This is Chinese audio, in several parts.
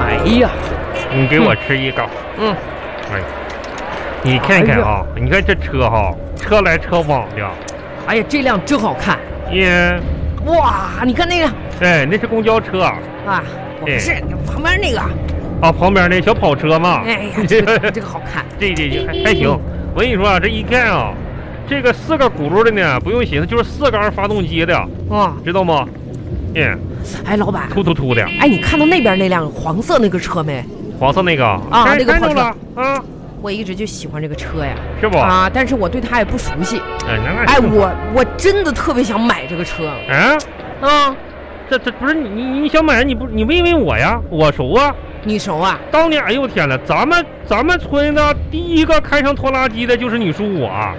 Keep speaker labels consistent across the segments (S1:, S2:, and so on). S1: 哎呀，
S2: 你给我吃一个。
S1: 嗯，
S2: 哎，你看看啊，你看这车哈、车来车往的，
S1: 哎呀，这辆真好看，
S2: 耶，
S1: 哇，你看那个
S2: 哎，那是公交车啊，
S1: 啊，我不
S2: 哎
S1: 是旁边那个，
S2: 旁边那小跑车嘛。
S1: 哎呀，这 个这个好看，
S2: 这这这还还行。我跟你说啊，这一看啊，这个四个轱辘的呢，不用寻思，就是四缸发动机的，
S1: 啊，
S2: 知道吗？耶，
S1: 哎，老板，
S2: 突突突的，
S1: 哎，你看到那边那辆黄色那个车没？
S2: 黄色那个
S1: 啊
S2: 看
S1: 那个
S2: 看
S1: 跑
S2: 着
S1: 车
S2: 了啊，
S1: 我一直就喜欢这个车呀，
S2: 是不？
S1: 啊，但是我对它也不熟悉，
S2: 哎，那
S1: 哎， 我我真的特别想买这个车，
S2: 啊，
S1: 啊，
S2: 这这不是你你你想买你不你问问我呀，我熟啊。
S1: 你熟啊？
S2: 当年，哎呦我天呐，咱们咱们村的第一个开上拖拉机的就是你叔我啊，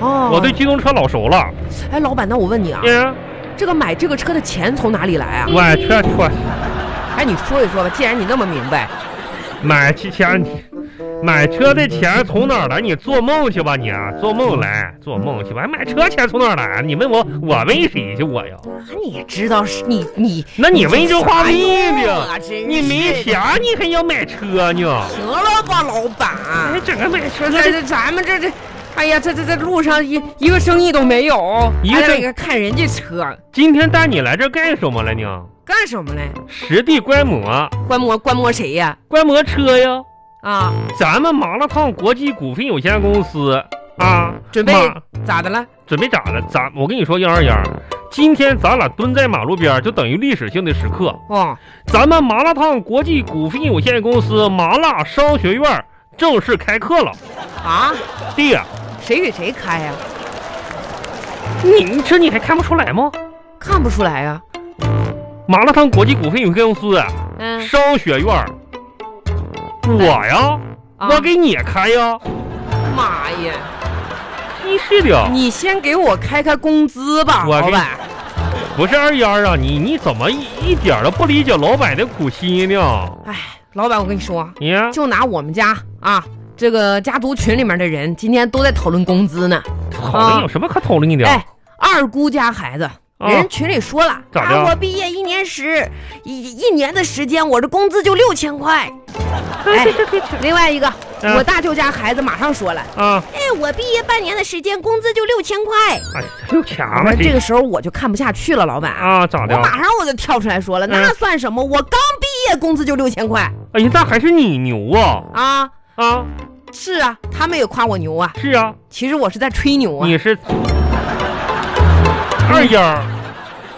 S1: 哦，
S2: 我对机动车老熟了。
S1: 哎，老板，那我问你啊，
S2: 嗯，
S1: 这个买这个车的钱从哪里来啊？
S2: 我去去，
S1: 哎，你说一说吧，既然你那么明白，啊
S2: 买汽钱，买车的钱从哪儿来？你做梦去吧你，啊做梦来，做梦去吧。买车钱从哪儿来？啊你问我，我问谁去我呀？
S1: 啊你也知道是你你
S2: 那你问这话
S1: 哎
S2: 问
S1: 呦
S2: 的，
S1: 啊真是
S2: 你没钱你还要买车呢？
S1: 行了吧，老
S2: 哎
S1: 板，，啊
S2: 整个买车
S1: 这
S2: 这
S1: 这咱们这这，哎呀，这这这路上一一个生意都没有，
S2: 一个
S1: 哎
S2: 生
S1: 那个看人家车
S2: 今天带你来这干什么了呢？
S1: 干什么嘞？
S2: 实地观摩，
S1: 观摩观摩谁呀？
S2: 观摩车呀。
S1: 啊，
S2: 咱们麻辣烫国际股份有限公司啊，
S1: 准备
S2: 马
S1: 咋的了？
S2: 准备咋了？咱我跟你说，幺二幺，今天咱俩蹲在马路边儿，就等于历史性的时刻。
S1: 哦，
S2: 咱们麻辣烫国际股份有限公司麻辣商学院儿正式开课了。
S1: 啊，
S2: 对呀、
S1: 谁给谁开呀、
S2: 你这你还看不出来吗？
S1: 看不出来啊呀、
S2: 麻辣烫国际股份有限公司
S1: 嗯，
S2: 商学院儿，我呀，
S1: 啊
S2: 我给你开呀，
S1: 妈呀！
S2: 真是的。
S1: 你先给我开开工资吧，
S2: 我
S1: 老
S2: 给
S1: 板。
S2: 不是二丫啊，你你怎么一一点儿都不理解老板的苦心呢？
S1: 哎，老板，我跟你说，
S2: 你呀
S1: 就拿我们家啊这个家族群里面的人，今天都在讨论工资呢。
S2: 讨论有什么可讨论的？
S1: 啊哎，二姑家孩子。
S2: 啊
S1: 人群里说了，
S2: 咋的
S1: 啊，我毕业一年时，一一年的时间，我这工资就六千块。哎，另外一个，
S2: 嗯
S1: 我大舅家孩子马上说了，
S2: 啊，
S1: 哎，我毕业半年的时间，工资就六千块。
S2: 哎，六千
S1: 我
S2: 吧
S1: 说这个时候我就看不下去了，老板，
S2: 啊，咋的
S1: 我？马上我就跳出来说了，
S2: 嗯
S1: 那算什么？我刚毕业，工资就六千块
S2: 哎呀，那还是你牛啊
S1: 啊！
S2: 啊！
S1: 是啊，他们也夸我牛啊，
S2: 是啊，
S1: 其实我是在吹牛啊。
S2: 你是二丫，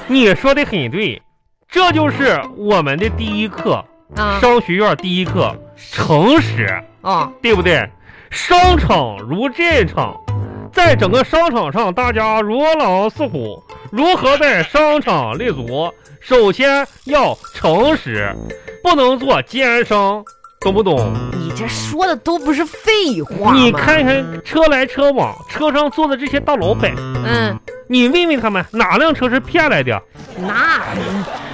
S2: 你说的很对，这就是我们的第一课，
S1: 啊
S2: 商学院第一课，诚实，
S1: 啊
S2: 对不对？商场如战场，在整个商场上，大家如狼似虎。如何在商场立足？首先要诚实，不能做奸商，懂不懂？
S1: 你这说的都不是废话吗
S2: 你，看看车来车往，车上坐的这些大老板，
S1: 嗯，
S2: 你问问他们哪辆车是骗来的？
S1: 那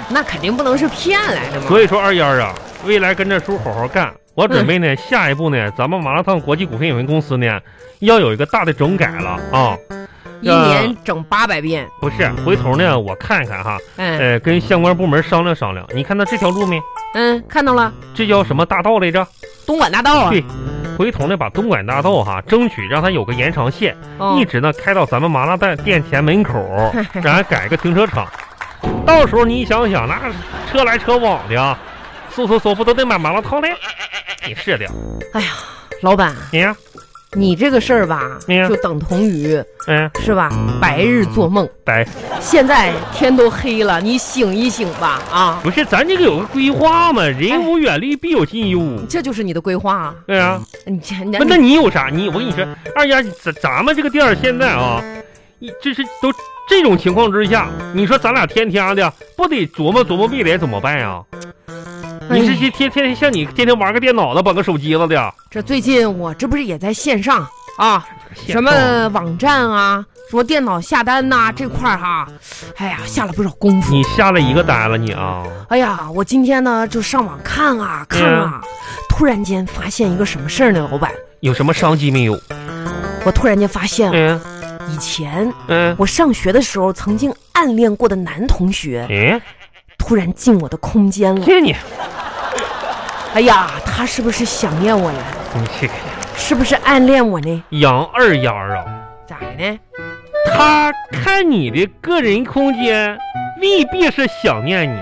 S1: 那肯定不能是骗来的嘛。
S2: 所以说二丫啊，未来跟着叔好好干。我准备呢，下一步呢，咱们麻辣烫国际股份有限公司呢，要有一个大的整改了啊。
S1: 一
S2: 呃
S1: 年整八百遍，
S2: 不是，回头呢，我看看哈，
S1: 嗯
S2: 呃，跟相关部门商量商量。你看到这条路没？
S1: 嗯，看到了，
S2: 这叫什么大道来着？
S1: 东莞大道啊，
S2: 对，回头呢，把东莞大道哈，争取让它有个延长线，
S1: 哦
S2: 一直呢开到咱们麻辣蛋店前门 口，然后改个停车场。到时候你想想，那车来车往的啊，嗖嗖嗖，不都得买麻辣烫嘞？也是的，
S1: 老板，
S2: 你呀，
S1: 你这个事儿吧，
S2: 嗯
S1: 就等同于
S2: 嗯，
S1: 是吧，白日做梦。
S2: 白
S1: 现在天都黑了，你醒一醒吧啊！
S2: 不是咱这个有个规划嘛，人无远虑，必有近忧。
S1: 这就是你的规划啊！
S2: 对啊。
S1: 你这你
S2: 不，那你有啥？你我跟你
S1: 嗯
S2: 说，二丫，咱咱们这个店儿现在啊，一这是都这种情况之下，你说咱俩天天的不得琢磨琢磨未来怎么办呀？你这
S1: 哎
S2: 些天天像你天天玩个电脑的，绑个手机子的，
S1: 这最近我这不是也在线上啊，
S2: 现
S1: 什么
S2: 状？
S1: 网站啊，什么电脑下单呐、这块儿、哈，哎呀下了不少功夫。
S2: 你下了一个单了你啊？
S1: 哎呀，我今天呢就上网看啊看
S2: 哎
S1: 啊，突然间发现一个什么事儿呢，老板？
S2: 有什么商机没有？
S1: 我突然间发现，
S2: 嗯
S1: 以前
S2: 嗯，
S1: 我上学的时候曾经暗恋过的男同学，
S2: 哎，
S1: 突然进我的空间了。
S2: 谢谢你。
S1: 哎呀，他是不是想念我呀？
S2: 你去看
S1: 是不是暗恋我呢？
S2: 杨二丫啊，
S1: 咋的呢？
S2: 他看你的个人空间，未必是想念你，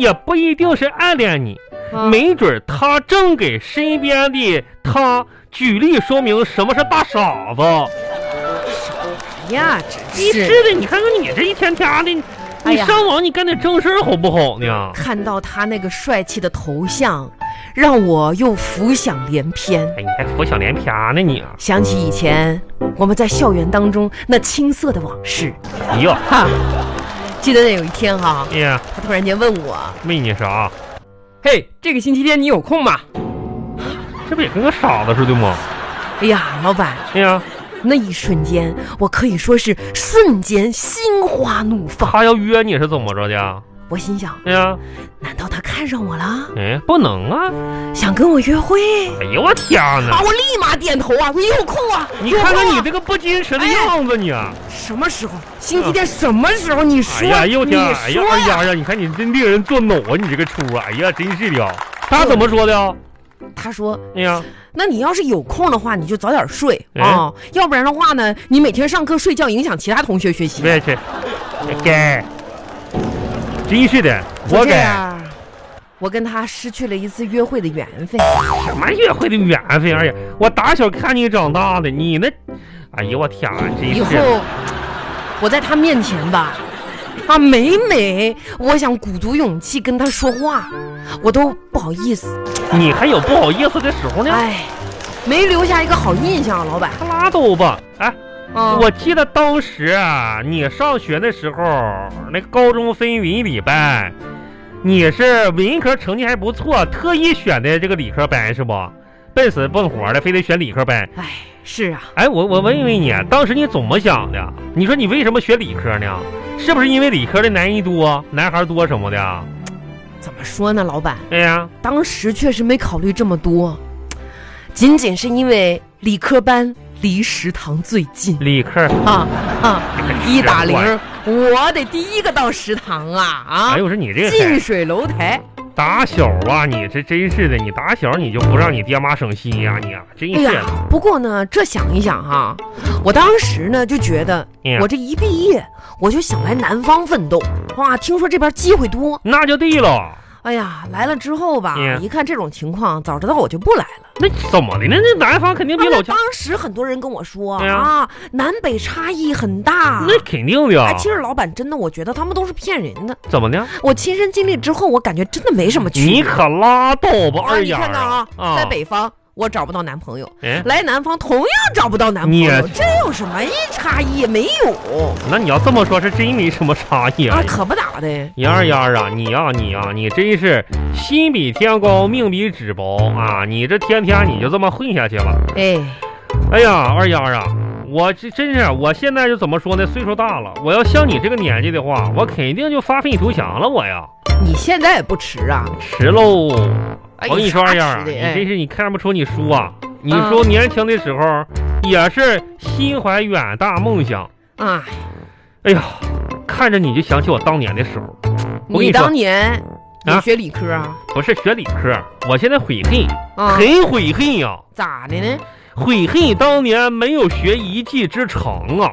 S2: 也不一定是暗恋你，
S1: 啊
S2: 没准儿他正给身边的他举例说明什么是大傻子。
S1: 哎呀，真
S2: 你
S1: 是
S2: 是的，你看看你这一天天的，
S1: 哎
S2: 你
S1: 呀
S2: 上网你干点正事儿好不好呢？
S1: 看到他那个帅气的头像，让我又浮想联翩。
S2: 哎，你还浮想联翩呢你啊！
S1: 想起以前我们在校园当中那青涩的往事，
S2: 哎呀，
S1: 哈，记得有一天哈、
S2: 哎呀，
S1: 他突然间问我
S2: 问你啥？
S3: 嘿，这个星期天你有空吗？
S2: 这不也跟个傻子似的吗？：“
S1: 哎呀，老板，
S2: 哎呀，
S1: 那一瞬间，我可以说是瞬间心花怒放。
S2: 他要约你是怎么着的？”
S1: 我心想，
S2: 哎呀，
S1: 难道他看上我了，
S2: 哎，不能啊！
S1: 想跟我约会？
S2: 哎呦我天
S1: 啊！
S2: 哪！
S1: 我立马点头啊！你有空啊？
S2: 你
S1: 有
S2: 看
S1: 空
S2: 看
S1: 啊
S2: 你这个不矜持的样子，你啊！
S1: 什么时候？星期天什么时候？你说，
S2: 哎呀，又
S1: 你
S2: 天！哎呀，
S1: 说
S2: 二丫呀，你看你真令人作呕啊！你这个出啊！哎呀，真是的啊！他怎么说的啊？
S1: 他说，
S2: 哎呀，
S1: 那你要是有空的话，你就早点睡啊、
S2: 哎
S1: 要不然的话呢，你每天上课睡觉影响其他同学学习。
S2: 别去，该，真是的，
S1: 就
S2: 活
S1: 这
S2: 该。
S1: 样，我跟他失去了一次约会的缘分。
S2: 什么约会的缘分？哎呀，我打小看你长大的，你那，哎呦我天啊，真
S1: 以
S2: 是
S1: 后我在他面前吧，啊，每每我想鼓足勇气跟他说话，我都不好意思，
S2: 你还有不好意思的时候呢。
S1: 哎，没留下一个好印象啊，老板。
S2: 拉倒吧，哎，
S1: 啊，
S2: 我记得当时啊，你上学的时候，那高中分文理班，你是文科成绩还不错，特意选的这个理科班是不？笨死笨活的，非得选理科班。
S1: 哎，是啊，
S2: 哎，我我问一问你，
S1: 嗯
S2: 当时你怎么想的？你说你为什么学理科呢？是不是因为理科的男一多，啊男孩多什么的？啊
S1: 怎么说呢，老板，
S2: 哎呀。
S1: 当时确实没考虑这么多，仅仅是因为理科班离食堂最近
S2: 理科，
S1: 啊啊，一打铃
S2: 哎
S1: 儿，我得第一个到食堂啊啊
S2: 哎，！我说你这个
S1: 近
S2: 孩
S1: 水楼台，
S2: 打小啊，你这真是的，你打小你就不让你爹妈省心呀、你啊，真
S1: 哎
S2: 是
S1: 呀
S2: 的。，
S1: 不过呢，这想一想哈、我当时呢就觉得
S2: 哎呀，
S1: 我这一毕业我就想来南方奋斗，哇，听说这边机会多。
S2: 那就对了，
S1: 哎呀，来了之后吧
S2: 哎呀，
S1: 一看这种情况，早知道我就不来了。
S2: 那怎么的呢？那南方肯定比
S1: 哎呀
S2: 老家
S1: 当，时很多人跟我说
S2: 哎呀
S1: 啊，南北差异很大。
S2: 那肯定的
S1: 哎，
S2: 啊。
S1: 其实老啊板真的，我觉得他们都是骗人的。
S2: 怎么的？
S1: 我亲身经历之后，我感觉真的没什么区
S2: 你
S1: 别。
S2: 可哦拉倒吧，
S1: 啊
S2: 二
S1: 你
S2: 丫
S1: 看看啊，在，北方我找不到男朋友，
S2: 哎，
S1: 来南方同样找不到男朋
S2: 你
S1: 友，这有什么差异？没有。
S2: 那你要这么说，是真没什么差异啊
S1: 啊，。可不咋的。
S2: 你二丫啊，你呀、你呀、你真是心比天高，命比纸薄啊！你这天天你就这么混下去了。
S1: 哎，
S2: 哎呀，二丫啊，我这真是，我现在就怎么说呢？岁数大了，我要像你这个年纪的话，我肯定就发愤图强了。我呀，
S1: 你现在也不迟啊？
S2: 迟喽！
S1: 哎
S2: 我跟你说，
S1: 啥
S2: 二丫啊，
S1: 迟的
S2: 你
S1: 哎嗯
S2: 真是你看不出你叔啊，你叔年轻的时候也是心怀远大梦想。
S1: 啊，
S2: 哎呀，看着你就想起我当年的时候，我跟
S1: 你
S2: 你
S1: 当
S2: 说，
S1: 年
S2: 啊
S1: 也学理科啊？
S2: 不是学理科，我现在悔恨，
S1: 啊，
S2: 很悔恨呀、
S1: 咋的呢？
S2: 悔恨当年没有学一技之长啊。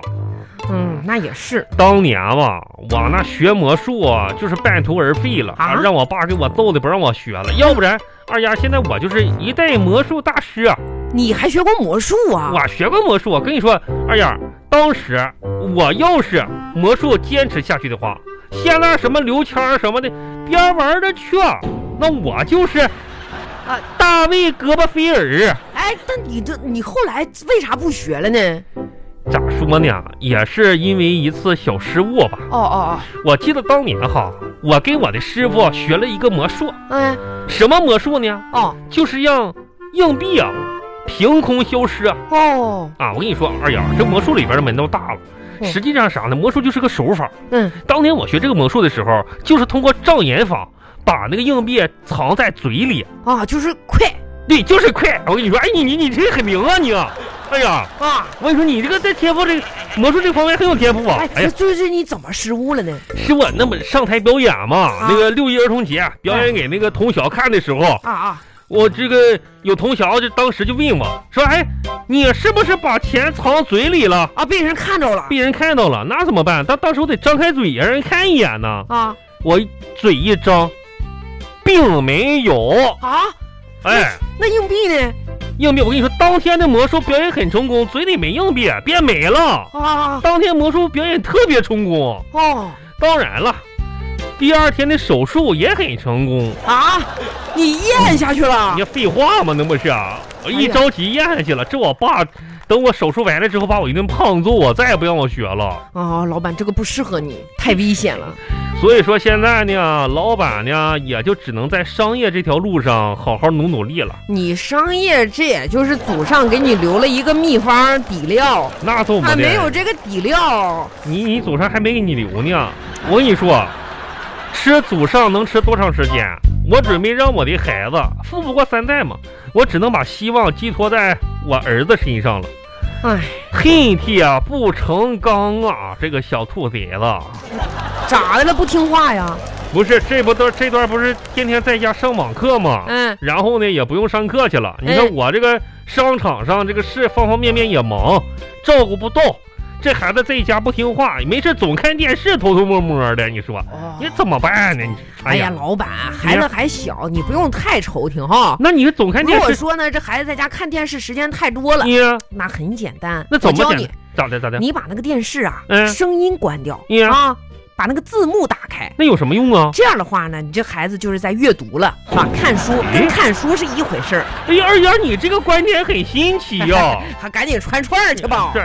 S1: 嗯，那也是。
S2: 当年吧，我那学魔术啊，就是半途而废了，
S1: 啊
S2: 让我爸给我揍的不让我学了，要不然二丫现在我就是一代魔术大师啊！
S1: 你还学过魔术啊？
S2: 我学过魔术，我跟你说，二丫，当时我要是魔术坚持下去的话，现在什么刘谦儿什么的，别玩的去，啊那我就是啊大卫戈巴菲尔。
S1: 哎，但你这你后来为啥不学了呢？
S2: 咋说呢？也是因为一次小失误吧。
S1: 哦哦
S2: 我记得当年哈，我跟我的师傅学了一个魔术。
S1: 哦，哎
S2: 什么魔术呢？
S1: 哦
S2: 就是让硬币啊凭空消失啊！
S1: 哦，
S2: 啊我跟你说，二丫，这魔术里边的门道大了。
S1: 嗯
S2: 实际上啥呢？魔术就是个手法。
S1: 嗯，
S2: 当年我学这个魔术的时候，就是通过障眼法把那个硬币藏在嘴里。
S1: 啊，就是快
S2: 对，就是快。我跟你说，哎，你你你这很灵啊你啊！哎呀，
S1: 啊！
S2: 我跟你说，你这个在天赋这个魔术这方面很有天赋啊哎
S1: 哎，！
S2: 哎呀
S1: 这，就是你怎么失误了呢？
S2: 是啊我那么上台表演嘛，那个六一儿童节表演给那个同学看的时候，
S1: 啊啊，
S2: 我这个有同学就当时就问我说：“哎，你是不是把钱藏嘴里了？
S1: 啊，被人看着了
S2: 被人看到了，那怎么办？当当时我得张开嘴呀，让人看一眼呢。
S1: 啊
S2: 我嘴一张，并没有。
S1: 啊！
S2: 哎，
S1: 那硬币呢？
S2: 硬币，我跟你说，当天的魔术表演很成功，嘴里没硬币，变没了。
S1: 啊
S2: 当天魔术表演特别成功，
S1: 哦
S2: 当然了，第二天的手术也很成功。
S1: 啊！你咽下去了
S2: 你废话吗？那不是啊，
S1: 哎
S2: 我一着急咽下去了。这我爸等我手术完了之后，把我一顿胖揍啊，再也不让我学了。
S1: 啊！老板，这个不适合你，太危险了。
S2: 所以说现在呢，老板呢也就只能在商业这条路上好好努努力了。
S1: 你商业这也就是祖上给你留了一个秘方底料，
S2: 那怎么
S1: 他
S2: 的？
S1: 没有这个底料，
S2: 你你祖上还没给你留呢。我跟你说，吃祖上能吃多长时间？我准备让我的孩子富不过三代嘛，我只能把希望寄托在我儿子身上了。
S1: 唉，
S2: 恨铁啊不成钢啊，这个小兔崽子！
S1: 咋的了？不听话呀？
S2: 不是，这不都这段不是天天在家上网课吗？
S1: 嗯，
S2: 然后呢，也不用上课去了。你
S1: 哎
S2: 看我这个商场上这个事方方面面也忙，照顾不到。这孩子在家不听话，没事总看电视，偷偷摸摸的。你说
S1: 哦
S2: 你怎么办呢？你
S1: 哎呀，，老板，孩子还小，你不用太愁挺哈。
S2: 那你总看
S1: 如
S2: 电
S1: 果
S2: 视，
S1: 说呢，这孩子在家看电视时间太多了，
S2: 你
S1: 那很简单。
S2: 那怎么
S1: 我教
S2: 简
S1: 你，
S2: 咋的咋的？
S1: 你把那个电视啊，
S2: 嗯
S1: 声音关掉
S2: 你
S1: 啊，把那个字幕打开。
S2: 那有什么用啊？
S1: 这样的话呢，你这孩子就是在阅读了啊，看书跟看书是一回事儿。
S2: 哎哎 呀，二丫，你这个观点很新奇呀、
S1: 还赶紧传串儿去吧。
S2: 这